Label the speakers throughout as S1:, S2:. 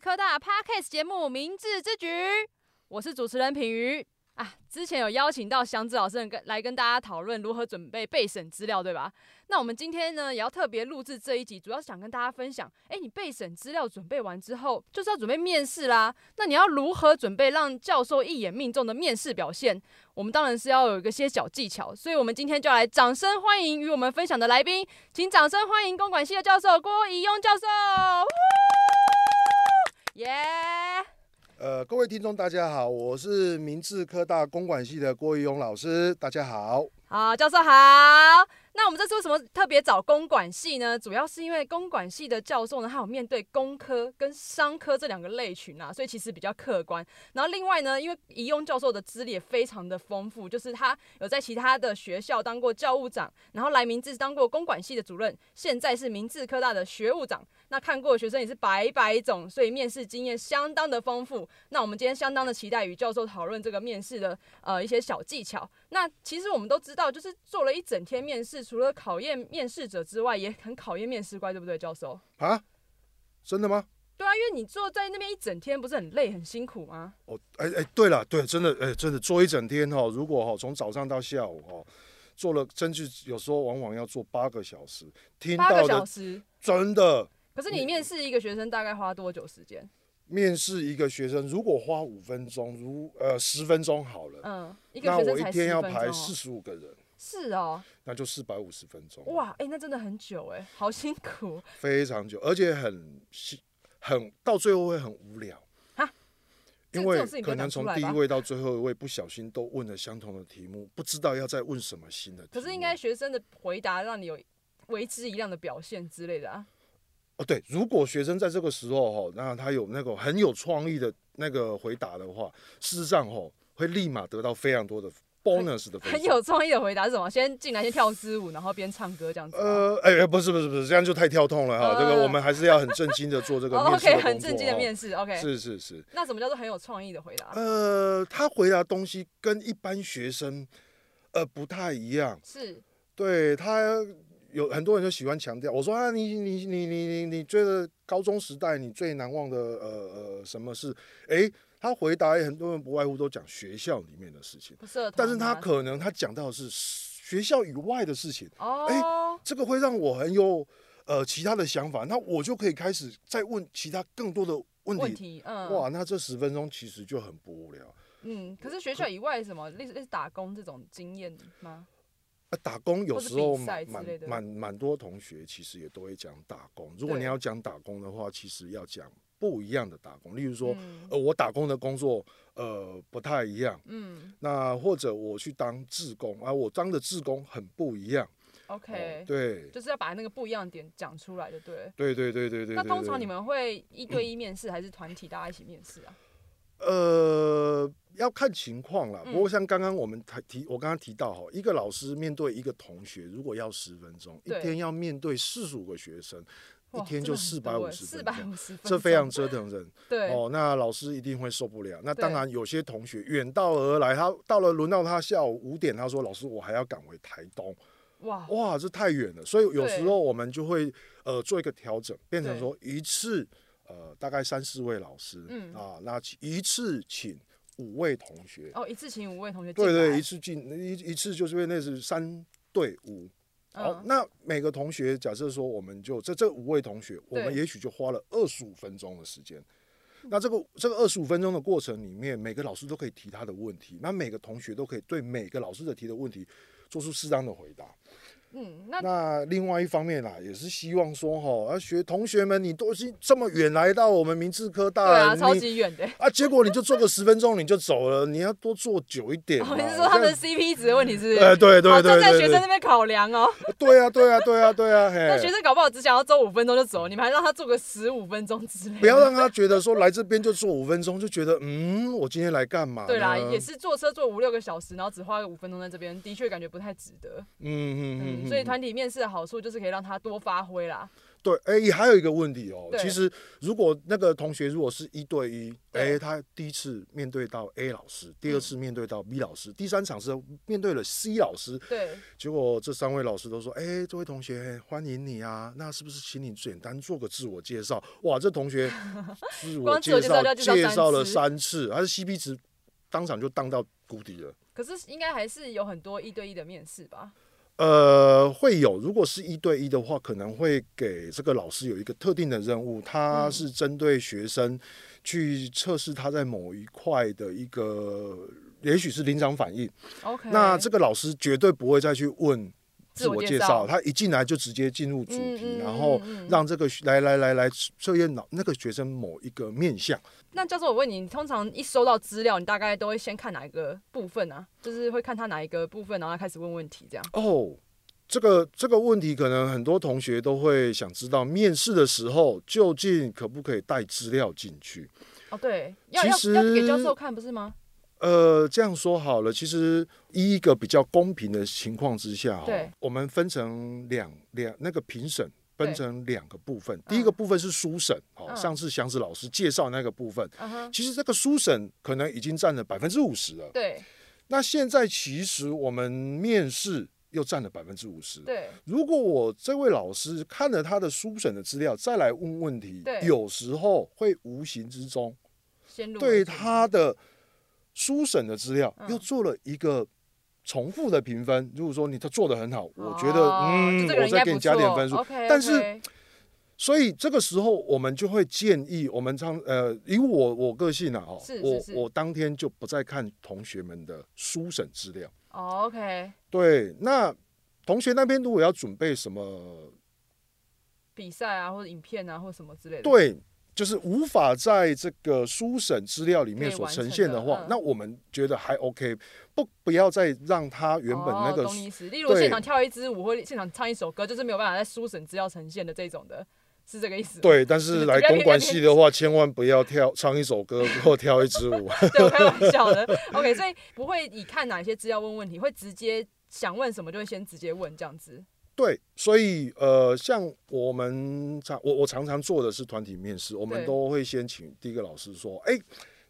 S1: 科大 Podcast 节目《明智之举》，我是主持人品瑜啊。之前有邀请到祥子老师跟来跟大家讨论如何准备备审资料，对吧？那我们今天呢，也要特别录制这一集，主要想跟大家分享，哎，你备审资料准备完之后，就是要准备面试啦。那你要如何准备让教授一眼命中的面试表现？我们当然是要有一个些小技巧，所以我们今天就来掌声欢迎与我们分享的来宾，请掌声欢迎公管系的教授郭怡庸教授。耶、
S2: 呃，各位听众大家好，我是明治科大公管系的郭义勇老师，大家好。
S1: 好，教授好。那我们这次为什么特别找公管系呢？主要是因为公管系的教授呢，他有面对工科跟商科这两个类群啊，所以其实比较客观。然后另外呢，因为宜庸教授的资历也非常的丰富，就是他有在其他的学校当过教务长，然后来明治当过公管系的主任，现在是明治科大的学务长。那看过的学生也是百百种，所以面试经验相当的丰富。那我们今天相当的期待与教授讨论这个面试的呃一些小技巧。那其实我们都知道，就是做了一整天面试，除了考验面试者之外，也很考验面试官，对不对，教授？
S2: 啊，真的吗？
S1: 对啊，因为你坐在那边一整天，不是很累很辛苦吗？
S2: 哦，哎哎，对了，对，真的，哎，真的做一整天哈、哦，如果哈、哦、从早上到下午哦，做了真是有时候往往要做八个小时，听
S1: 八个
S2: 到
S1: 小
S2: 的
S1: 时。
S2: 真的
S1: 可是你面试一个学生大概花多久时间？
S2: 面试一个学生，如果花五分钟，如呃十分钟好了，
S1: 嗯，一个
S2: 那
S1: 学
S2: 我
S1: 生
S2: 一
S1: 才
S2: 天
S1: 十
S2: 要
S1: 分
S2: 排
S1: 钟
S2: 四
S1: 哦。
S2: 十五个人，
S1: 是哦，
S2: 那就四百五十分钟，
S1: 哇，哎、那真的很久哎，好辛苦
S2: 非常久，而且很辛很到最后会很无聊
S1: 哈。这
S2: 因
S1: 这
S2: 为
S1: 种事情不
S2: 可
S1: 要
S2: 能
S1: 讲出
S2: 从
S1: 来
S2: 第一
S1: 吧
S2: 位到最后一位不小心都问了相同的题目，不知道要再问什么新的题
S1: 可
S2: 目。
S1: 是应该学生的回答让你有为之一亮的表现之类的啊。
S2: 哦，对，如果学生在这个时候哈、那他有那个很有创意的那个回答的话，事实上哈、会立马得到非常多的 bonus 的分
S1: 很
S2: 数。
S1: 有创意的回答是什么？先进来先跳支舞，然后边唱歌这样子吗。
S2: 呃，哎、哎不是不是不是，这样就太跳痛了哈、这个我们还是要很正经的做这个
S1: 呃哦
S2: 面试的
S1: ，OK，
S2: 工作、
S1: 很震惊的面试，OK。
S2: 是是是。
S1: 那什么叫做很有创意的回答？
S2: 呃，他回答东西跟一般学生呃不太一样，
S1: 是
S2: 对他有很多人就喜欢强调，我说啊，你你你你你你觉得高中时代你最难忘的呃呃什么事？诶，他回答很多人不外乎都讲学校里面的事情，
S1: 不是，
S2: 但是他可能他讲到的是学校以外的事情，
S1: 哦，
S2: 这个会让我很有呃其他的想法，那我就可以开始再问其他更多的问题。
S1: 问题，嗯，
S2: 哇，那这十分钟其实就很不无聊。
S1: 嗯，可是学校以外什么类似类似打工这种经验吗？
S2: 啊，打工有
S1: 或是
S2: 时
S1: 比
S2: 候
S1: 赛
S2: 蛮
S1: 之
S2: 蛮
S1: 类的
S2: 蛮蛮多同学其实也都会讲打工。如果你
S1: 对
S2: 要讲打工的话，其实要讲不一样的打工，例如说，
S1: 嗯
S2: 呃，我打工的工作呃不太一样，
S1: 嗯
S2: 那或者我去当志工啊，我当的志工很不一样。哦
S1: ，OK，
S2: 对
S1: 就是要把那个不一样的点讲出来，就对了。
S2: 对对对对对。
S1: 那
S2: 对
S1: 通常
S2: 对嗯
S1: 你们会一对一面试，还是团体大家一起面试啊？
S2: 呃，要看情况啦。
S1: 嗯
S2: 不过像刚刚我们提提，我刚刚提到哈，一个老师面对一个同学，如果要十分钟，一
S1: 对
S2: 天要面对四十五个学生，一天就四百五十
S1: 欸四
S2: 分
S1: 百
S2: 钟，
S1: 五十分，
S2: 这非常折腾人。
S1: 对，
S2: 哦，那老师一定会受不了。那当
S1: 对
S2: 然，有些同学远道而来，他到了轮到他下午五点，他说：“老师，我还要赶回台东。”
S1: 哇，
S2: 哇，这太远了。所以有时
S1: 对
S2: 候我们就会呃做一个调整，变成
S1: 对
S2: 说一次呃大概三四位老师，
S1: 嗯
S2: 啊，那请一次请五位同学，
S1: 哦，一次请五位同学进
S2: 对
S1: 来，
S2: 对，一次进一一次就是会那是三对五。好，
S1: 嗯
S2: 那每个同学假设说，我们就这这五位同学，我们
S1: 对
S2: 也许就花了二十五分钟的时间。那这个这个二十五分钟的过程里面，每个老师都可以提他的问题，那每个同学都可以对每个老师的提的问题做出适当的回答。
S1: 嗯，那
S2: 那另外一方面啦，也是希望说哈，啊学同学们，你都已经这么远来到我们明治科大
S1: 对啊，
S2: 了，
S1: 超
S2: 你
S1: 级远的。
S2: 啊，结果你就做个十分钟你就走了，你要多做久一点嘛。
S1: 哦，你是说他
S2: 这
S1: 们
S2: 样
S1: CP 值的问题 是不是？
S2: 呃，对
S1: 好
S2: 对对
S1: 站在
S2: 对
S1: 学生
S2: 对
S1: 那，边考量哦，
S2: 对啊对啊对啊对啊，
S1: 那学
S2: 嘿，
S1: 生搞不好只想要走五分钟就走，你们还让他做个十五分钟之类的。
S2: 不要让他觉得说来这边就做五分钟，就觉得嗯，我今天来干嘛呢？
S1: 对啦，也是坐车坐五六个小时，然后只花个五分钟在这边，的确感觉不太值得。
S2: 嗯，嗯嗯嗯
S1: 嗯，
S2: 嗯，
S1: 所以团体面试的好处就是可以让他多发挥啦。
S2: 对，哎、也还有一个问题哦，
S1: 对
S2: 其实如果那个同学如果是一对一，哎、
S1: 对嗯
S2: 他第一次面对到 A 老师，第二次面对到 B 老师，第三场是面对了 C 老师，
S1: 对，
S2: 结果这三位老师都说：“哎、这位同学，欢迎你啊！那是不是请你简单做个自我介绍？”哇，这同 学自我
S1: 光自
S2: 介
S1: 我介绍
S2: 绍
S1: 就要介绍
S2: 介绍了
S1: 三
S2: 三次，他的 CP 值当场就荡到谷底了。
S1: 可是应该还是有很多一对一的面试吧？
S2: 呃，会有，如果是一对一的话，可能会给这个老师有一个特定的任务，他
S1: 嗯
S2: 是针对学生去测试他在某一块的一个，也许是临场反应。
S1: OK，
S2: 那这个老师绝对不会再去问
S1: 自
S2: 自
S1: 我
S2: 我
S1: 介
S2: 介
S1: 绍
S2: 绍，他一进来就直接进入主
S1: 嗯
S2: 题，
S1: 嗯
S2: 然
S1: 嗯
S2: 后
S1: 嗯嗯
S2: 让这个学来来来来测验脑那个学生某一个面相。
S1: 那教授，我问你，你通常一收到资料，你大概都会先看哪一个部分啊？就是会看他哪一个部分，然后开始问问题这样。
S2: 哦，这个这个问题可能很多同学都会想知道，面试的时候究竟可不可以带资料进去？
S1: 哦，对，要
S2: 其
S1: 要要给
S2: 实
S1: 教授看不是吗？
S2: 呃，这样说好了，其实以一个比较公平的情况之下，哈
S1: 对，
S2: 我们分成两两那个评审。
S1: 对
S2: 分成两个部分，第一个部分是书审，哦，
S1: 嗯
S2: 上次祥子老师介绍那个部分，
S1: 嗯哼，
S2: 其实这个书审可能已经占了百分之五十了。
S1: 对
S2: 那现在其实我们面试又占了百分之五十。
S1: 对，
S2: 如果我这位老师看了他的书审的资料，再来问问题
S1: 对，
S2: 有时候会无形之中
S1: 先录
S2: 对
S1: 为主
S2: 他的书审的资料
S1: 嗯
S2: 又做了一个重复的评分。如果说你他做的很好，我觉得
S1: 哦就
S2: 嗯
S1: 这个，人
S2: 我
S1: 应该
S2: 再给
S1: 不
S2: 你加点
S1: 错哦
S2: 分数。
S1: OK，
S2: 但是所以这个时候，我们就会建议我们常呃，以我我个性啊，哦
S1: 是，是
S2: 我
S1: 是
S2: 我当天就不再看同学们的书审资料。
S1: 哦 OK
S2: 对，那同学那边如果要准备什么，
S1: 比赛啊，或者影片啊，或者什么之类的。
S2: 对，就是无法在这个书审资料里
S1: 可
S2: 面
S1: 以
S2: 所
S1: 完成
S2: 呈现的话，
S1: 的嗯
S2: 那我们觉得还 OK，不不要再让他原本那个
S1: 哦、
S2: 书
S1: 懂你意思。例如
S2: 对
S1: 现场跳一支舞或现场唱一首歌，就是没有办法在书审资料呈现的这种的，是这个意思吗？
S2: 对，但是来
S1: 不要
S2: 公
S1: 偏
S2: 管
S1: 偏
S2: 系的话，千万不要跳唱一首歌或跳一支舞。
S1: 对，我开玩笑的。OK，所以不会以看哪些资料问问题，会直接想问什么就会先直接问这样子。
S2: 对，所以呃，像我们常我我常常做的是团体面试，我们
S1: 对
S2: 都会先请第一个老师说，哎、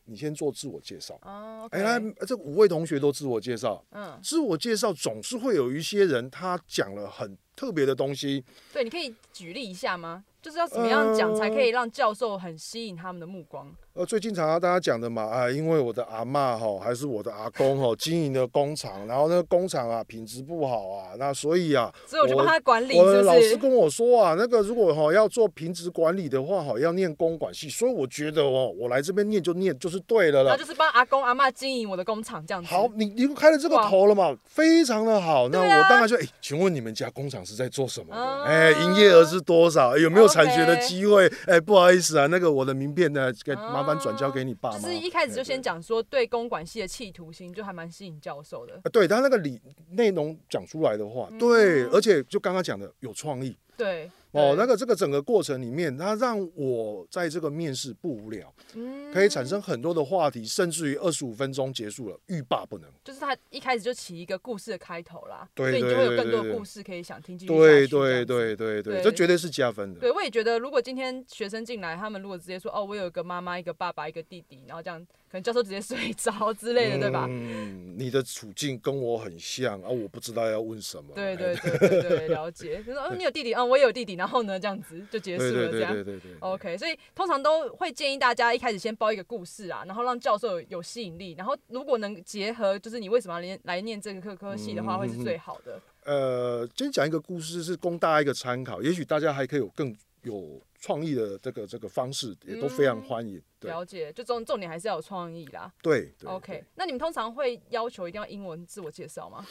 S2: 你先做自我介绍。
S1: 哦、o
S2: 哎、
S1: k
S2: 那这五位同学都自我介绍，
S1: 嗯，
S2: 自我介绍总是会有一些人他讲了很特别的东西，
S1: 对，你可以举例一下吗？就是要怎么样讲才可以让教授很吸引他们的目光？
S2: 呃，最近常常大家讲的嘛，啊，因为我的阿嬷哈，还是我的阿公哈，经营的工厂，然后那个工厂啊品质不好啊，那所以啊，
S1: 所以我就帮他管理，
S2: 我的
S1: 是不
S2: 老师
S1: 是？
S2: 跟我说啊，那个如果哈、要做评职管理的话哈、要念公管系，所以我觉得哦，我来这边念就念就是对的
S1: 然后
S2: 了。
S1: 就是帮阿公阿妈经营我的工厂这样子。
S2: 好，你你开了这个头了嘛，非常的好。那
S1: 对啊
S2: 我当然就哎、请问你们家工厂是在做什么
S1: 啊
S2: 的？哎、营业额是多少？有没有产学的
S1: OK 啊
S2: 机会？哎、不好意思啊，那个我的名片呢，给麻烦转交给你爸妈。
S1: 就是一开始就
S2: 哎
S1: 先
S2: 对
S1: 讲说对公管系的企图心，就还蛮吸引教授的。
S2: 啊对他那个理内容讲出来的话，
S1: 嗯
S2: 对，而且就刚刚讲的有创意。
S1: 对，
S2: 哦，那
S1: 个
S2: 个这个整个过程里面，它让我在这个面试不无聊，
S1: 嗯
S2: 可以产生很多的话题，甚至于二十五分钟结束了，欲罢不能。
S1: 就是他一开始就起一个故事的开头啦，所
S2: 对
S1: 以你
S2: 对
S1: 就会有
S2: 对
S1: 更多的
S2: 对
S1: 故事可以想听进去。下
S2: 对
S1: 去这样子
S2: 对对对对，
S1: 对
S2: 这绝对是加分的。
S1: 对，我也觉得，如果今天学生进来，他们如果直接说哦，我有一个妈妈、一个爸爸、一个弟弟，然后这样，可能教授直接睡着之类的，对吧？
S2: 嗯，你的处境跟我很像啊，我不知道要问什么。
S1: 对
S2: 哎
S1: 对对对对，了解。就说哦，你有弟弟，嗯，我也有弟弟，然后呢，这样子就结束
S2: 对
S1: 了，这
S2: 对对
S1: 样。
S2: 对对对。
S1: OK，所以通常都会建议大家一开始先包一个故事啊，然后让教授有吸引力，然后如果能结合就是你为什么要来来念这个科科系
S2: 嗯
S1: 的话，会是最好的。
S2: 呃，先讲一个故事，是供大家一个参考，也许大家还可以有更有创意的这个这个方式，也都非常
S1: 嗯
S2: 欢迎。对
S1: 了解，就重重点还是要有创意啦。
S2: 对对
S1: OK，那你们通常会要求一定要英文自我介绍吗？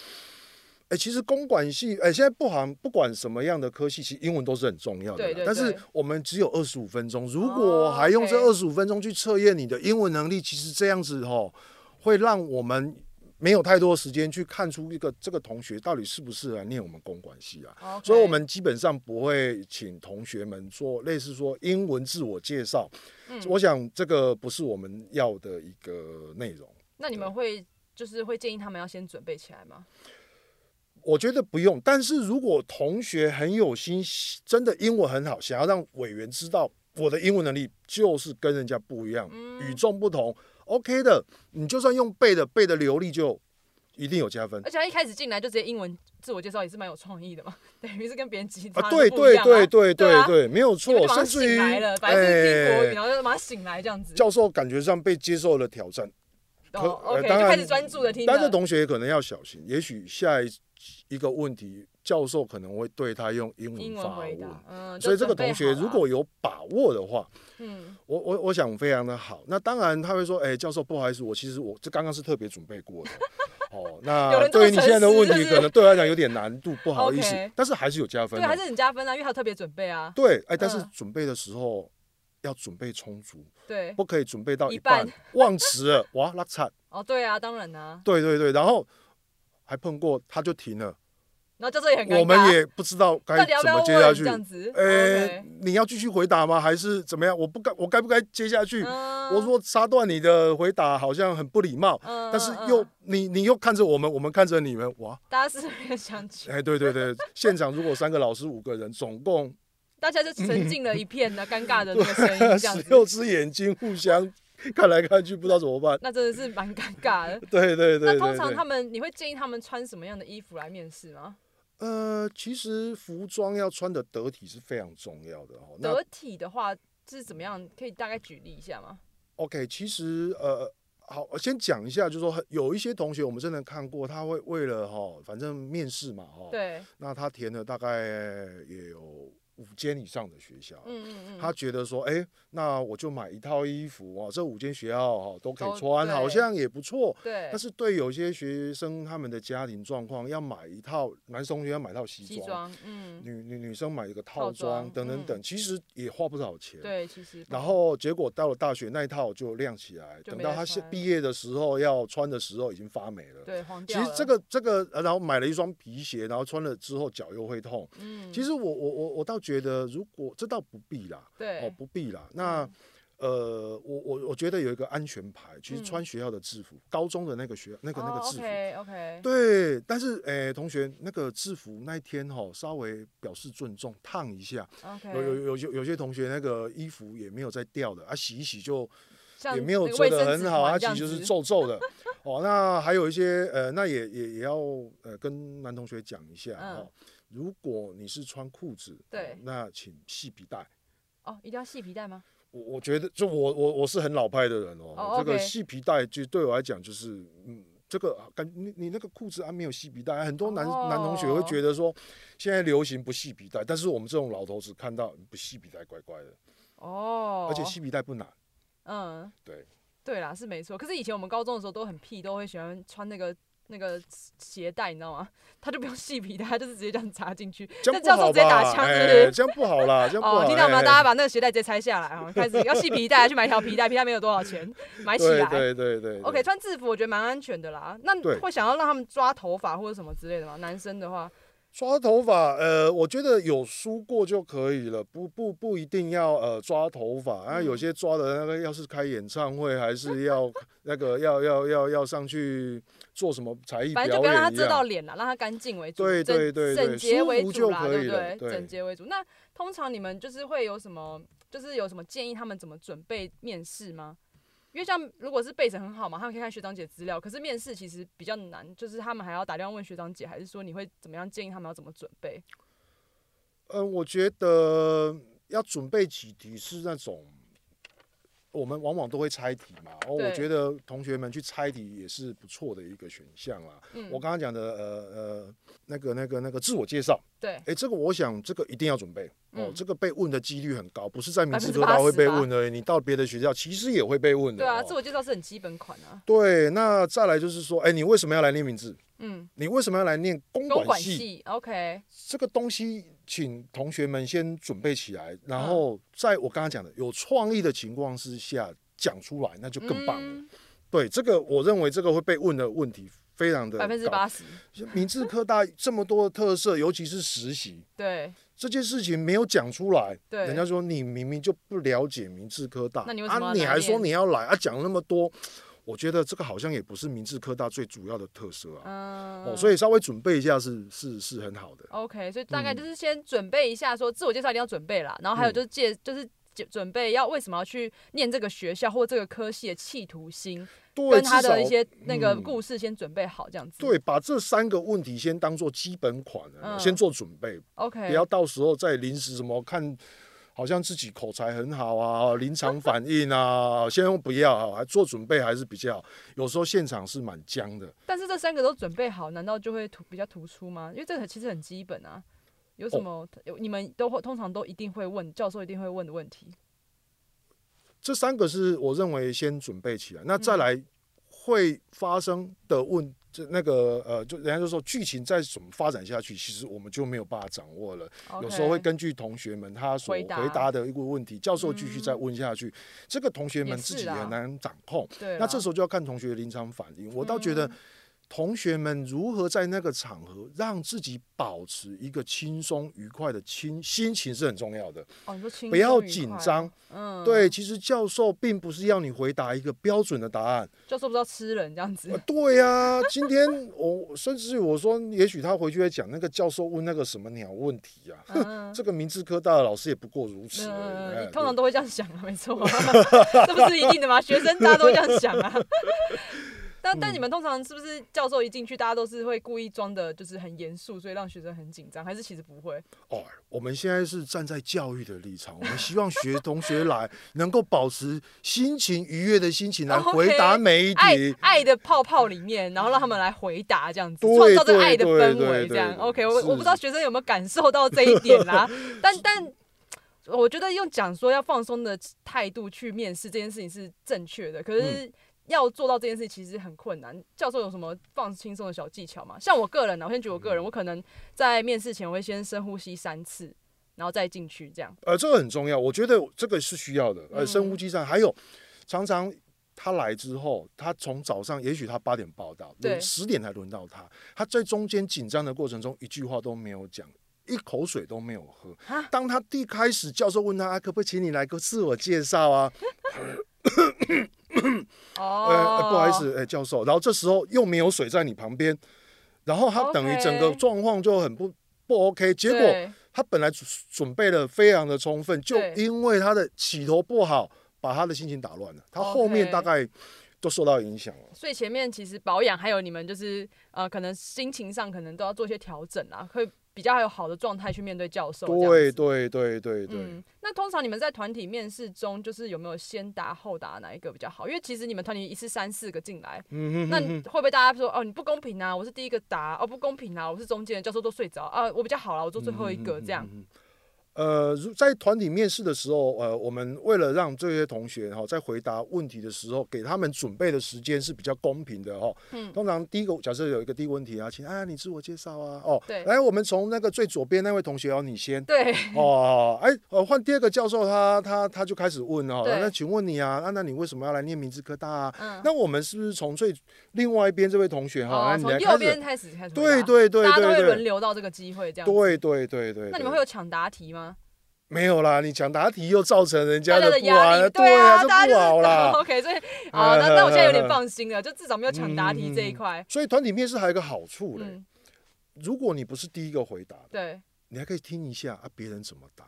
S2: 哎、其实公管系，哎、现在不含不管什么样的科系，其实英文都是很重要的啦。
S1: 对对
S2: 但是
S1: 对
S2: 我们只有二十五分钟，如
S1: 哦
S2: 果还用这
S1: ，OK
S2: 二十五分钟去测验你的英文能力，其实这样子吼，会让我们没有太多时间去看出一个这个同学到底适不适合来念我们公管系啊。
S1: OK
S2: 所以，我们基本上不会请同学们做类似说英文自我介绍。
S1: 嗯
S2: 我想这个不是我们要的一个内容。
S1: 那你们会就是会建议他们要先准备起来吗？
S2: 我觉得不用，但是如果同学很有心，真的英文很好，想要让委员知道我的英文能力就是跟人家不一样，
S1: 嗯
S2: 与众不同，OK 的。你就算用背的，背的流利就一定有加分
S1: 而且他一开始进来就直接英文自我介绍，也是蛮有创意的嘛， 等于是跟别人击
S2: 啊！
S1: 打
S2: 对
S1: 不一
S2: 对
S1: 样啊
S2: 对对
S1: 对啊
S2: 对对，没有
S1: 你们
S2: 错
S1: 就，马上
S2: 甚至
S1: 醒
S2: 于
S1: 来了，本来是听国语，
S2: 哎
S1: 然后就马上醒来这样子。
S2: 教授感觉上被接受了挑战，
S1: 哦
S2: 可呃
S1: ，OK，
S2: 当
S1: 就开
S2: 然
S1: 始专注的听了。
S2: 但是同学可能要小心，也许下一一个问题，教授可能会对他用英
S1: 英
S2: 文
S1: 文
S2: 发
S1: 回
S2: 问。
S1: 答，嗯，
S2: 所以
S1: 就
S2: 这个
S1: 准备
S2: 同学
S1: 好
S2: 如
S1: 了
S2: 果有把握的话，
S1: 嗯
S2: 我我我想非常的好。那当然他会说，哎、教授不好意思，我其实我这刚刚是特别准备过的。 哦，
S1: 有
S2: 那
S1: 人这么
S2: 对于你现在的问
S1: 诚实是不
S2: 题，
S1: 是
S2: 可能对我来讲有点难度，不好意思
S1: OK
S2: 但是还是有加分
S1: 对，
S2: 的。
S1: 还是很加分啊，因为他有特别准备啊，
S2: 对，哎、但是
S1: 嗯
S2: 准备的时候要准备充足，
S1: 对，
S2: 不可以准备到
S1: 一
S2: 一
S1: 半
S2: 半忘词了，哇，拉惨。
S1: 哦，对啊，当然啊，
S2: 对对对，然后还碰过他就停了，
S1: 然后教授也很尴尬，
S2: 我们也不知道该
S1: 到底要
S2: 怎
S1: 不要
S2: 么
S1: 问
S2: 接下
S1: 这
S2: 去。
S1: 样子？
S2: 呃、
S1: OK，
S2: 你要继续回答吗？还是怎么样？我不该，我该不该接下去？
S1: 嗯
S2: 我，说杀断你的回答好像很不礼貌，
S1: 嗯
S2: 但是
S1: 嗯
S2: 又
S1: 嗯
S2: 你你又看着我们，我们看着你们，哇！
S1: 大家是不是也想起，
S2: 哎、对 对对，现场如果三个老师五个人，总共
S1: 大家就沉浸了一片的尴尬的那个声音，哎这样
S2: 十
S1: 子，
S2: 六只眼睛互相看来看去，不知道怎么办。
S1: 那真的是蛮尴尬的。
S2: 对对对
S1: 那
S2: 对
S1: 通常他
S2: 对。
S1: 们，你会建议他们穿什么样的衣服来面试吗？
S2: 呃，其实服装要穿的得体是非常重要的哦。那
S1: 得体的话是怎么样？可以大概举例一下吗？
S2: OK，其实呃，好，我先讲一下，就是说有一些同学我们真的看过，他会为了哈、反正面试嘛哈、
S1: 对，
S2: 那他填了大概也有五间以上的学校。
S1: 嗯嗯嗯，
S2: 他觉得说，哎、那我就买一套衣服哦，这五间学校哦都可
S1: 都
S2: 以穿，好
S1: 对
S2: 像也不错。
S1: 对，
S2: 但是对有些学生他们的家庭状况，要买一套男生同学要买一套西
S1: 西
S2: 装，
S1: 装，嗯，
S2: 女女女生买一个
S1: 套
S2: 套装
S1: 装
S2: 等等
S1: 嗯
S2: 等，其实也花不少钱。
S1: 对，其实
S2: 然后结果到了大学那一套就亮起来，
S1: 就
S2: 等
S1: 没
S2: 到
S1: 得
S2: 他现
S1: 穿
S2: 毕业的时候要穿的时候已经发霉了。
S1: 对黄
S2: 其
S1: 掉
S2: 实
S1: 了
S2: 这，个这个，呃然后买了一双皮鞋，然后穿了之后脚又会痛。
S1: 嗯，
S2: 其
S1: 实
S2: 实我我我我倒觉得，如果这倒不必啦，
S1: 对，嗯
S2: 哦不必啦。那呃，我我我觉得有一个安全牌，其
S1: 嗯
S2: 实
S1: 哦
S2: 穿学校的制服，高中的那个学那个那个制服。
S1: OK OK，
S2: 对，但是诶、同学，那个制服那一天哈、稍微表示尊重，烫一下。
S1: OK，
S2: 有有有有有些同学那个衣服也没有在掉的啊，洗一洗就
S1: 像
S2: 也没有
S1: 那个
S2: 做
S1: 卫
S2: 的
S1: 生
S2: 很
S1: 纸
S2: 好，
S1: 团这
S2: 啊，其
S1: 样
S2: 实就是
S1: 子
S2: 皱皱的。哦，那还有一些呃，那也也也要呃跟男同学讲一下
S1: 嗯
S2: 哦，如果你是穿裤子，
S1: 对
S2: 哦那请系皮带。
S1: 哦，一定要系皮带吗？
S2: 我我觉得，就我我我是很老派的人哦，
S1: 哦
S2: 这
S1: OK
S2: 个系皮带就对我来讲就是，嗯，这个感你你那个裤子啊没有系皮带，很多男、男同学会
S1: 哦
S2: 觉得说，现在流行不系皮带，但是我们这种老头子看到不系皮带怪怪的，
S1: 哦，
S2: 而且系皮带不难，
S1: 嗯，
S2: 对，
S1: 对啦，是没错。可是以前我们高中的时候都很屁，都会喜欢穿那个。那个鞋带你知道吗？ 他就不用系皮带，他就是直接这样插进去。
S2: 这
S1: 那
S2: 样不
S1: 教授
S2: 好
S1: 直接打
S2: 吧？
S1: 枪是
S2: 哎
S1: 不是
S2: 这样不好啦，这样不好，
S1: 哦，听到吗？
S2: 哎
S1: 大家把那个鞋带直接拆下来啊，开始要系皮带，去买一条皮带，皮带没有多少钱，买起
S2: 对
S1: 来。
S2: 对对对
S1: OK，
S2: 对
S1: 穿制服我觉得蛮安全的啦。那
S2: 对
S1: 会想要让他们抓头发或者什么之类的吗？男生的话，
S2: 抓头发，呃，我觉得有梳过就可以了，不不不一定要呃抓头发啊。
S1: 嗯
S2: 有些抓的那个，要是开演唱会，还是要 那个要要要要上去做什么才艺表
S1: 反
S2: 演
S1: 正就不要让他
S2: 一
S1: 遮到
S2: 样。
S1: 脸啦，让他干净为主，
S2: 对
S1: 整
S2: 对对对
S1: 整洁为主啦，
S2: 舒
S1: 对
S2: 服就可
S1: 不
S2: 以
S1: 对
S2: 了？对
S1: 整洁为主。那通常你们就是会有什么，就是有什么建议他们怎么准备面试吗？因为像如果是背着很好嘛，他们可以看学长姐资料，可是面试其实比较难，就是他们还要打电话问学长姐，还是说你会怎么样建议他们要怎么准备？
S2: 嗯、我觉得要准备几题是那种。我们往往都会猜题嘛，哦，
S1: 对
S2: 我觉得同学们去猜题也是不错的一个选项啦。
S1: 嗯
S2: 我刚刚讲的呃呃那个那个那个自我介绍，
S1: 对
S2: 哎、，这个我想这个一定要准备哦，
S1: 嗯
S2: 这个被问的几率很高，不是在明斯
S1: 80%
S2: 科大会被问而已，你到别的学校其实也会被问的。
S1: 对啊，
S2: 哦
S1: 自我介绍是很基本款啊。
S2: 对，那再来就是说，哎、你为什么要来念名字？
S1: 嗯，
S2: 你为什么要来念公
S1: 公
S2: 管
S1: 管
S2: 系？
S1: 系，OK，
S2: 这个东西，请同学们先准备起来，然后在我刚刚讲的有创意的情况之下讲出来，那就更棒了。
S1: 嗯
S2: 对，这个我认为这个会被问的问题非常的
S1: 百分之
S2: 高
S1: 八。十，
S2: 明治科大这么多的特色，尤其是实习，
S1: 对，
S2: 这件事情没有讲出来，
S1: 对
S2: 人家说你明明就不了解明治科大，
S1: 那你为什么要
S2: 啊？你
S1: 来
S2: 还
S1: 念
S2: 说你要来啊？讲那么多，我觉得这个好像也不是明治科大最主要的特色啊。
S1: 嗯，
S2: 哦，所以稍微准备一下是是是很好的。
S1: OK，所以
S2: 嗯
S1: 大概就是先准备一下，说自我介绍一定要准备啦，然后还有就是介就是。准备要为什么要去念这个学校或这个科系的企图心，
S2: 对，
S1: 跟
S2: 至
S1: 他
S2: 少
S1: 的一些那个
S2: 嗯
S1: 故事先准备好，这样子。
S2: 对，把这三个问题先当做基本款了、
S1: 嗯
S2: 先做准备，
S1: ，OK，
S2: 不要到时候再临时什么看，好像自己口才很好啊，临场反应啊，先不要，还做准备还是比较好。有时候现场是蛮僵的，
S1: 但是这三个都准备好，难道就会突比较突出吗？因为这个其实很基本啊。有什
S2: 哦
S1: 么？有你们都会通常都一定会问，教授一定会问的问题。
S2: 这三个是我认为先准备起来，那再来会发生的问。这那个呃，就人家就说剧情再怎么发展下去，其实我们就没有办法掌握了。有时候会
S1: OK，
S2: 根据同学们他所
S1: 回
S2: 回
S1: 答
S2: 答的一个问题，教授继续再
S1: 嗯
S2: 问下去，这个同学
S1: 也
S2: 们自
S1: 是
S2: 己
S1: 啦
S2: 很难掌控。
S1: 对啦。啊
S2: 那这时候就要看同学的临场反应。我倒觉得
S1: 嗯
S2: 同学们如何在那个场合让自己保持一个轻松愉快的心心情是很重要的，
S1: 哦，你说轻
S2: 不要
S1: 松愉
S2: 紧
S1: 快，
S2: 张。
S1: 嗯，
S2: 对，，其实教授并不是要你回答一个标准的答案。
S1: 教授不知道吃人这样子
S2: 呃，对呀、今天我甚至我说，也许他回去会讲那个教授问那个什么鸟问题呀、
S1: 嗯，
S2: 这个明治科大的老师也不过如此而已。
S1: 那
S2: 哎
S1: 你呃通
S2: 对
S1: 常都会这样想 啊，没错 啊，这不是一定的吗？学生大家都会这样想啊。 但
S2: 嗯
S1: 但你们通常是不是教授一进去，大家都是会故意装的，就是很严肃，所以让学生很紧张，还是其实不会？
S2: 哦，我们现在是站在教育的立场，我们希望学同学来能够保持心情愉悦的心情来
S1: 哦 OK，哎
S2: 回 答每一
S1: 爱
S2: 题。
S1: 爱的泡泡里面，然后让他们来回答这样子，
S2: 对
S1: 创造这个爱的
S2: 对
S1: 氛
S2: 对
S1: 围这
S2: 对
S1: 样。
S2: 对
S1: OK，我
S2: 是
S1: 我不知道学生有没有感受到这一点 啦，但但。我觉得用讲说要放松的态度去面试这件事情是正确的，可
S2: 嗯
S1: 是要做到这件事情其实很困难。教授有什么放轻松的小技巧吗？像我个人啊呢、我先举我个
S2: 嗯
S1: 人，我可能在面试前我会先深呼吸三次，然后再进去这样。
S2: 呃，这个很重要，我觉得这个是需要的。呃，深
S1: 嗯
S2: 呼吸上还有，常常他来之后，他从早上也许他八点报到，
S1: 对
S2: 十点才轮到他，他在中间紧张的过程中一句话都没有讲。一口水都没有喝
S1: 啊。
S2: 当他第一开始，教授问他：“啊，可不可以请你来个自我介绍啊？”
S1: 哦、
S2: 呃，呃不好意，思，哎、教授，然后这时候又没有水在你旁边，然后他等于整个
S1: OK
S2: 状况就很不不 OK。结果
S1: 对
S2: 他本来准准备的非常的充分，就
S1: 对
S2: 因为他的起头不好，把他的心情打乱了。他后面
S1: OK
S2: 大概都受到影响了。
S1: 所以前面其实保养，还有你们就是呃，可能心情上可能都要做一些调整啊，会比较有好的状态去面对教授。这
S2: 对
S1: 样子，
S2: 对对对对，
S1: 嗯，那通常你们在团体面试中，就是有没有先答后答哪一个比较好？因为其实你们团体一次三四个进来，
S2: 嗯哼
S1: 那
S2: 哼
S1: 你
S2: 哼，
S1: 会不会大家说哦你不公平啊，我是第一个答，哦不公平啊，我是中间的，教授都睡着啊，我比较好了，我做最
S2: 嗯
S1: 后一个这样。
S2: 呃，如在团体面试的时候，呃，我们为了让这些同学哈、在回答问题的时候，给他们准备的时间是比较公平的哈、
S1: 嗯
S2: 通常第一个假设有一个第一个问题啊，请啊你自我介绍啊，哦，
S1: 对
S2: 来我们从那个最左边那位同学哦，你 先。
S1: 对，
S2: 哦，哎，呃，换第二个教授他，他他就开始问哦，
S1: 对
S2: 那请问你啊，啊，那你为什么要来念明治科大 啊？
S1: 嗯，
S2: 那我们是不是从最另外一边这位同学哈、
S1: 哦
S2: 那你
S1: 从
S2: 来
S1: 右
S2: 开
S1: 边
S2: 始？
S1: 开始开始回
S2: 对
S1: 答，
S2: 对对
S1: 大家都会
S2: 对
S1: 轮
S2: 对，
S1: 流到这个机会这样。
S2: 对对对对。
S1: 那你们
S2: 对
S1: 会有抢答题吗？
S2: 没有啦？你抢答题又造成人
S1: 大
S2: 家
S1: 家的
S2: 不
S1: 压
S2: 安
S1: 力，
S2: 啊，
S1: 对
S2: 啊，
S1: 大家
S2: 这
S1: 就
S2: 不
S1: 是。
S2: 好啦
S1: OK，所以 哦，那那我现在有点
S2: 嗯
S1: 放心了，就至少没有抢答题这一
S2: 嗯嗯嗯
S1: 块。
S2: 所以团体面试还有一个好处嘞，
S1: 嗯，
S2: 如果你不是第一个回答的，
S1: 对，
S2: 你还可以听一下啊别人怎么答。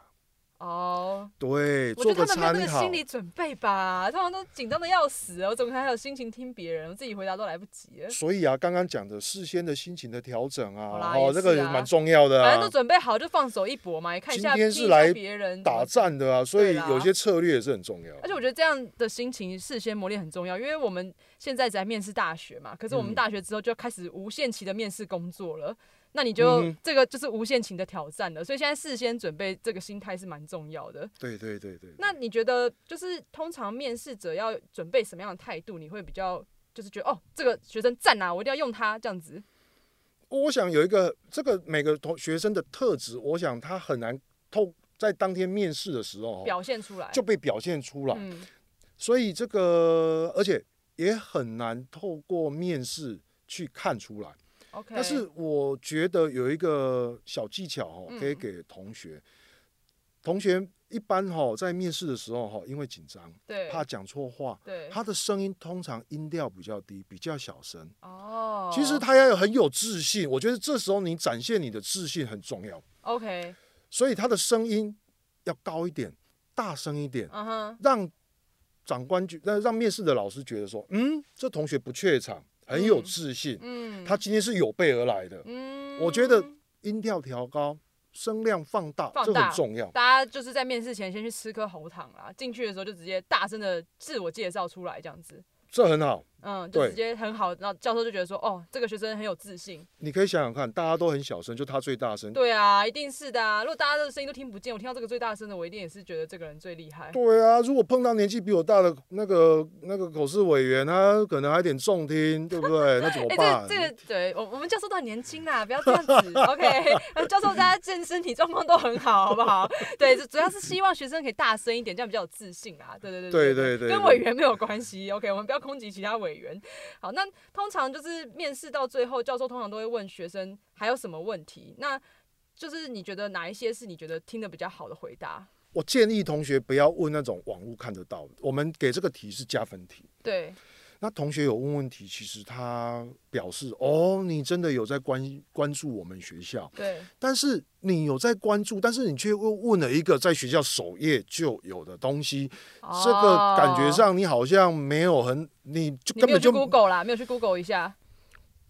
S1: 哦，
S2: 对，
S1: 我觉
S2: 做
S1: 得
S2: 个
S1: 他们没有那
S2: 参
S1: 个
S2: 考
S1: 心。理准备吧，他们都紧张的要死，我怎么还有心情听别人？我自己回答都来不及了。
S2: 所以啊，刚刚讲的事先的心情的调整
S1: 好
S2: 啊，
S1: 啦也是
S2: 哦，这个也
S1: 啊
S2: 蛮重要的
S1: 反正
S2: 啊
S1: 都，准备好，就放手一搏嘛，也看一下
S2: 今天是
S1: 听一下
S2: 来
S1: 别人怎么
S2: 打战的啊，所
S1: 对
S2: 以
S1: 啦
S2: 有些策略也是很重要。
S1: 而且我觉得这样的心情事先磨练很重要，因为我们现在在面试大学嘛，可是我们
S2: 嗯
S1: 大学之后就开始无限期的面试工作了，那你就、
S2: 嗯哼
S1: 这个就是无限期的挑战了，所以现在事先准备这个心态是蛮重要的。
S2: 对对对对，
S1: 那你觉得就是通常面试者要准备什么样的态度？你会比较就是觉得哦，这个学生赞啊，我一定要用他这样子。
S2: 我想有一个这个每个同学生的特质，我想他很难透在当天面试的时候哦
S1: 表现出来，
S2: 就被表现出来，
S1: 嗯，
S2: 所以这个而且也很难透过面试去看出来。
S1: ，OK，
S2: 但是我觉得有一个小技巧哦，可以
S1: 嗯
S2: 给同学。同学一般哈在面试的时候哈，因为紧张，
S1: 对，
S2: 怕讲错话，
S1: 对，
S2: 他的声音通常音调比较低，比较小声。
S1: 哦，
S2: 其实他要有很有自信，我觉得这时候你展现你的自信很重要，
S1: OK，
S2: 所以他的声音要高一点，大声一点，
S1: 嗯哼，
S2: 让长官觉，让让面试的老师觉得说，嗯，这同学不怯场，很有
S1: 嗯
S2: 自信，
S1: 嗯，
S2: 他今天是有备而来的。
S1: 嗯，
S2: 我觉得音调调高，声量放大，
S1: 放
S2: 这
S1: 大
S2: 很重要。
S1: 大家就是在面试前先去吃颗喉糖啦，进去的时候就直接大声的自我介绍出来这样子，
S2: 这很好。
S1: 嗯，就
S2: 对
S1: 直接很好，然后教授就觉得说，哦，这个学生很有自信，
S2: 你可以想想看，大家都很小声，就他最大声。
S1: 对啊，一定是的啊，如果大家的声音都听不见，我听到这个最大声的，我一定也是觉得这个人最厉害，
S2: 对啊，如果碰到年纪比我大的那个那个口试委员，他可能还有点重听，对不对？那怎么
S1: 哎、
S2: 办？
S1: 这个这个，对我我们教授都很年轻啦，不要这样子。OK，呃 教授大家健身体状况都很好，好不好？对，主主要是希望学生可以大声一点，这样比较有自信啊。对对对
S2: 对对对
S1: 跟
S2: 对
S1: 委员没有关系。OK，我们不要攻击其他委员。好，那通常就是面试到最后，教授通常都会问学生还有什么问题。那就是你觉得哪一些是你觉得听的比较好的回答？
S2: 我建议同学不要问那种网络看得到的。我们给这个题是加分题。
S1: 对，
S2: 那同学有问问题，其实他表示哦，你真的有在关关注我们学校，
S1: 对，
S2: 但是你有在关注，但是你却又问了一个在学校首页就有的东西，这个感觉
S1: 哦，
S2: 上你好像没有很，你就
S1: 你
S2: 根
S1: 没有
S2: 本
S1: 去
S2: 就
S1: Google 啦，没有去 Google 一下。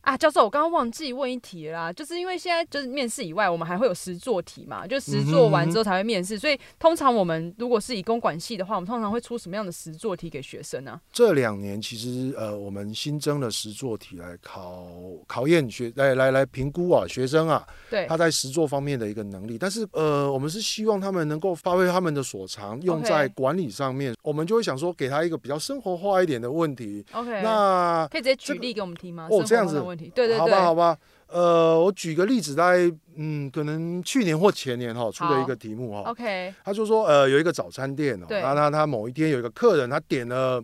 S1: 啊，教授，我刚刚忘记问一题了啦，就是因为现在就是面试以外，我们还会有实作题嘛，就实作完之后才会面
S2: 嗯
S1: 试，所以通常我们如果是以公管系的话，我们通常会出什么样的实作题给学生啊呢、
S2: 这两年其实呃，我们新增了实作题来考考验学来来来评估啊学生啊
S1: 对
S2: 他在实作方面的一个能力，但是呃，我们是希望他们能够发挥他们的所长，用在管理上面。我们就会想说，给他一个比较生活化一点的问题。
S1: ，OK，
S2: 那
S1: 可以直接
S2: 这
S1: 举
S2: 个
S1: 例给我们听吗？
S2: 哦
S1: 生活
S2: 这样
S1: 上的
S2: 子
S1: 问题，对对
S2: 好吧，好
S1: 对，
S2: 吧，呃，我举个例子，大概嗯，可能去年或前年哈、出了一个题目哈、
S1: ，OK，
S2: 他就说，呃，有一个早餐店哦，
S1: 对
S2: 那他他某一天有一个客人，他点了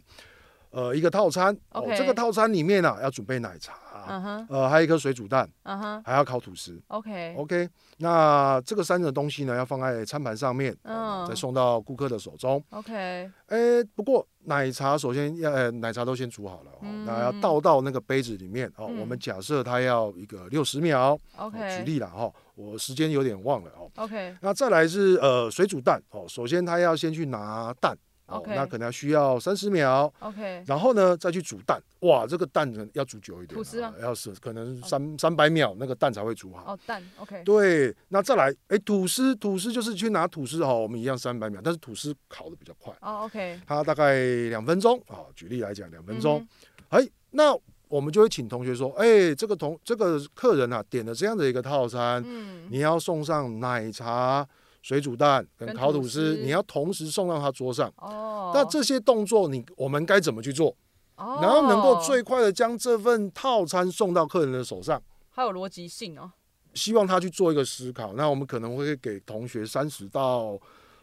S2: 呃一个套餐哦
S1: OK，
S2: 这个套餐里面呢、啊要准备奶茶，
S1: 嗯哼，
S2: 呃，还有一颗水煮蛋，
S1: 嗯哼
S2: 还要烤吐司。
S1: ，OK，
S2: OK，那这个三个东西呢，要放在餐盘上面，
S1: 嗯
S2: 嗯，再送到顾客的手中。
S1: OK，
S2: 哎、不过奶茶首先要、呃，奶茶都先煮好了、哦，
S1: 嗯
S2: 那要倒到那个杯子里面哦。
S1: 嗯
S2: 我们假设它要一个六十秒、哦
S1: OK
S2: 举例了哈、哦，我时间有点忘了哦。
S1: OK，
S2: 那再来是呃水煮蛋哦，首先它要先去拿蛋哦
S1: OK
S2: 那可能要需要三十秒，
S1: OK，
S2: 然后呢再去煮蛋，哇，这个蛋可能要煮久一点、啊，
S1: 吐司吗
S2: 要是可能三三百秒那个蛋才会煮好。
S1: 哦，蛋，OK，
S2: 对，那再来，哎，吐司，吐司就是去拿吐司哦，我们一样三百秒，但是吐司烤的比较快，
S1: 哦，OK，
S2: 它大概两分钟啊、举例来讲，两分钟
S1: 嗯。
S2: 哎、那我们就会请同学说，哎，这个同这个客人啊，点了这样的一个套餐，
S1: 嗯，
S2: 你要送上奶茶、水煮蛋跟
S1: 跟
S2: 烤
S1: 吐
S2: 吐司，
S1: 司
S2: 你要同时送到他桌上。
S1: 哦，
S2: 那这些动作你我们该怎么去做？
S1: 哦，
S2: 然后能够最快的将这份套餐送到客人的手上。
S1: 还有逻辑性哦。
S2: 希望他去做一个思考。那我们可能会给同学三十到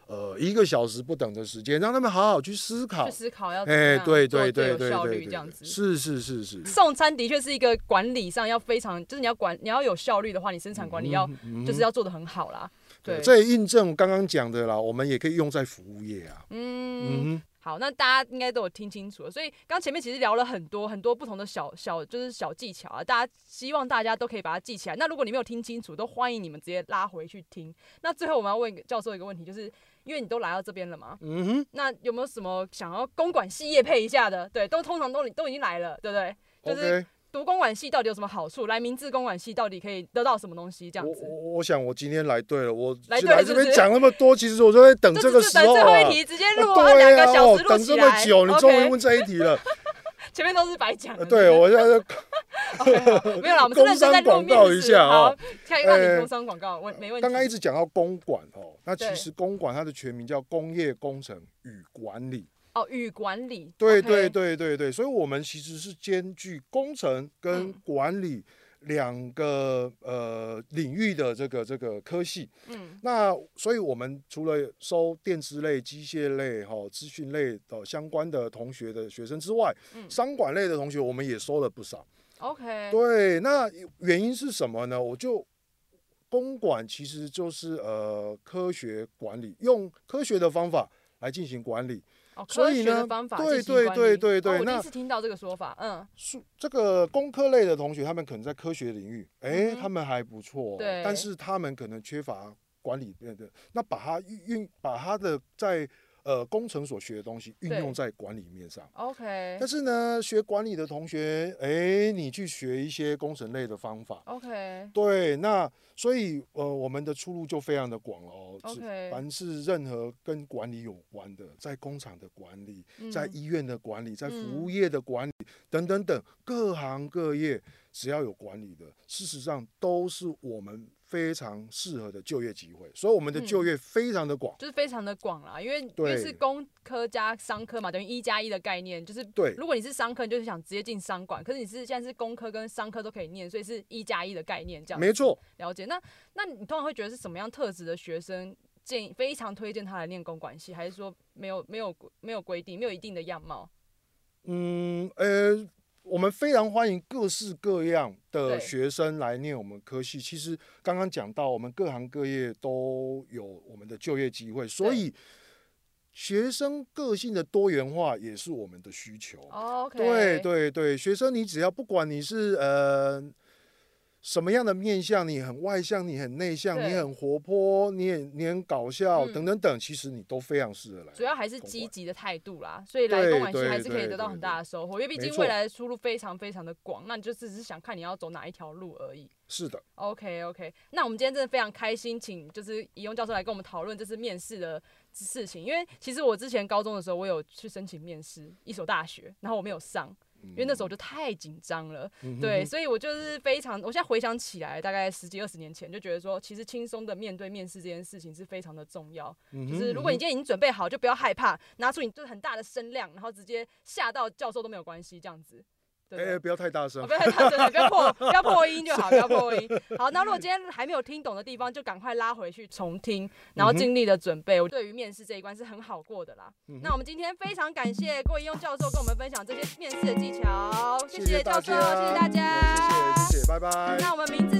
S2: 呃一个小时不等的时间，让他们好好去思考
S1: 去。思考要怎么
S2: 哎、
S1: 样
S2: 对
S1: 做
S2: 对
S1: 最
S2: 对
S1: 有
S2: 对
S1: 效
S2: 对
S1: 率
S2: 对
S1: 这样
S2: 对，
S1: 子。
S2: 是是是是，
S1: 送餐的确是一个管理上要非常，就是你要管，你要有效率的话，你生 产管理要、
S2: 嗯
S1: 就是要做的很好啦。对，
S2: 这也印证刚刚讲的啦，我们也可以用在服务业啊。
S1: 嗯。
S2: 嗯哼，
S1: 好，那大家应该都有听清楚了，所以刚前面其实聊了很多很多不同的小小就是小技巧啊，大家希望大家都可以把它记起来。那如果你没有听清楚，都欢迎你们直接拉回去听。那最后我们要问一个教授一个问题，就是因为你都来到这边了嘛，
S2: 嗯哼。
S1: 那有没有什么想要公管系业配一下的？对，都通常都都已经来了，对不对？就是
S2: OK，
S1: 读公管系到底有什么好处？来明治公管系到底可以得到什么东西？这样
S2: 我
S1: 子。
S2: 我我想我今天来对了，我
S1: 来对了
S2: 来
S1: 是
S2: 这
S1: 不是
S2: 边讲那么多，其实我就在等这个
S1: 就
S2: 时
S1: 等
S2: 候
S1: 最后
S2: 啊
S1: 一。题，直接
S2: 啊
S1: 录完两
S2: 对
S1: 个
S2: 啊，
S1: 小
S2: 哦
S1: 时，录
S2: 等
S1: 起
S2: 这
S1: 来。
S2: 么久，你终于
S1: OK，
S2: 问这一题 了。
S1: 前面都是白讲的。
S2: 呃 对，我现在
S1: 没有啦，我们是认真在录
S2: 工商广告
S1: 面
S2: 一
S1: 试。
S2: 下
S1: 好
S2: 哦，
S1: 看让你
S2: 呃
S1: 工商广告，问没问题。
S2: 刚刚一直讲到公管哦，那其
S1: 对
S2: 实公管它的全名叫工业工程与管理。
S1: 哦，与管理。
S2: 对
S1: OK
S2: 对。对对对，所以我们其实是兼具工程跟
S1: 嗯
S2: 管理两个、呃领域的这个这个科系。
S1: 嗯
S2: 那所以我们除了收电子类、机械类、哈、资讯类的相关的同学的学生之外，
S1: 嗯
S2: 商管类的同学我们也收了不少。
S1: ，OK。哦
S2: 对，那原因是什么呢？我就公管其实就是呃科学管理，用科学的方法来进行管理。
S1: 哦，
S2: 所
S1: 科
S2: 以
S1: 学
S2: 呢
S1: 的方法
S2: 对
S1: 进行
S2: 对
S1: 管
S2: 对
S1: 理
S2: 对对
S1: 哦我第
S2: 那
S1: 一次听到这个说法，嗯，
S2: 数这个工科类的同学，他们可能在科学领域，哎、
S1: 嗯哼
S2: 他们还不错、哦，
S1: 对
S2: 但是他们可能缺乏管理的，对那把它运运把他的在呃工程所学的东西运
S1: 对
S2: 用在管理面上。
S1: OK
S2: 但是呢，学管理的同学，哎、你去学一些工程类的方法，
S1: OK，
S2: 对，那所以呃，我们的出路就非常的广了哦。只
S1: OK
S2: 凡是任何跟管理有关的，在工厂的管理，在
S1: 嗯
S2: 医院的管理，在服
S1: 嗯
S2: 务业的管理、等等等，各行各业只要有管理的，事实上都是我们非常适合的就业机会。所以我们的就
S1: 嗯
S2: 业非常的广。
S1: 就是非常的广啦，因为因
S2: 对
S1: 为是工科加商科嘛，等于一加一的概念，就是
S2: 对
S1: 如果你是商科，你就是想直接进商管，可是你是现在是工科跟商科都可以念，所以是一加一的概念这样。
S2: 没错，
S1: 了解。那那你通常会觉得是什么样特质的学生建议非常推荐他来念公管系，还是说没有没有没有规定，没有一定的样貌？
S2: 嗯，呃，我们非常欢迎各式各样的
S1: 对
S2: 学生来念我们科系。其实刚刚讲到，我们各行各业都有我们的就业机会，所
S1: 对
S2: 以学生个性的多元化也是我们的需求。
S1: 哦，OK，
S2: 对对对，学生你只要不管你是呃什么样的面相，你很外向，你很内向，你
S1: 对
S2: 很活泼，你很你很搞笑、
S1: 嗯
S2: 等等等，其实你都非常适合来。
S1: 主要还是
S2: 公
S1: 积
S2: 馆
S1: 极的态度啦，所以来
S2: 对
S1: 公管系
S2: 对
S1: 还是可以
S2: 对
S1: 得到
S2: 对
S1: 很大的收获，因为毕
S2: 没
S1: 竟
S2: 错
S1: 未来的出路非常非常的广，那你就只是想看你要走哪一条路而已。
S2: 是的，
S1: OK OK，那我们今天真的非常开心，请就是怡庸教授来跟我们讨论这次面试的事情，因为其实我之前高中的时候，我有去申请面试一所大学，然后我没有上，因为那时候我就太紧张了，
S2: 嗯
S1: 对，
S2: 哼
S1: 所以我就是非常，我现在回想起来，大概十几二十年前就觉得说，其实轻松的面对面试这件事情是非常的重要，
S2: 嗯
S1: 就
S2: 哼
S1: 是如果你
S2: 嗯
S1: 今天已经准备好，就不要害怕，拿出你就是很大的声量，然后直接吓到教授都没有关系，这样子。对
S2: 哼
S1: 不对
S2: 哎，不要太大声
S1: 哦、不。要太真的，不要 破，不要破音就好，不要破音。好，那如果今天还没有听懂的地方，就赶快拉回去重听，然后
S2: 嗯哼
S1: 尽力的准备。我对于面试这一关是很好过的啦。
S2: 嗯哼
S1: 那我们今天非常感谢郭一庸教授跟我们分享这些面试的技巧，谢
S2: 谢
S1: 教授，谢
S2: 大
S1: 谢大家。
S2: 嗯谢谢，谢谢，拜拜。
S1: 那我们明志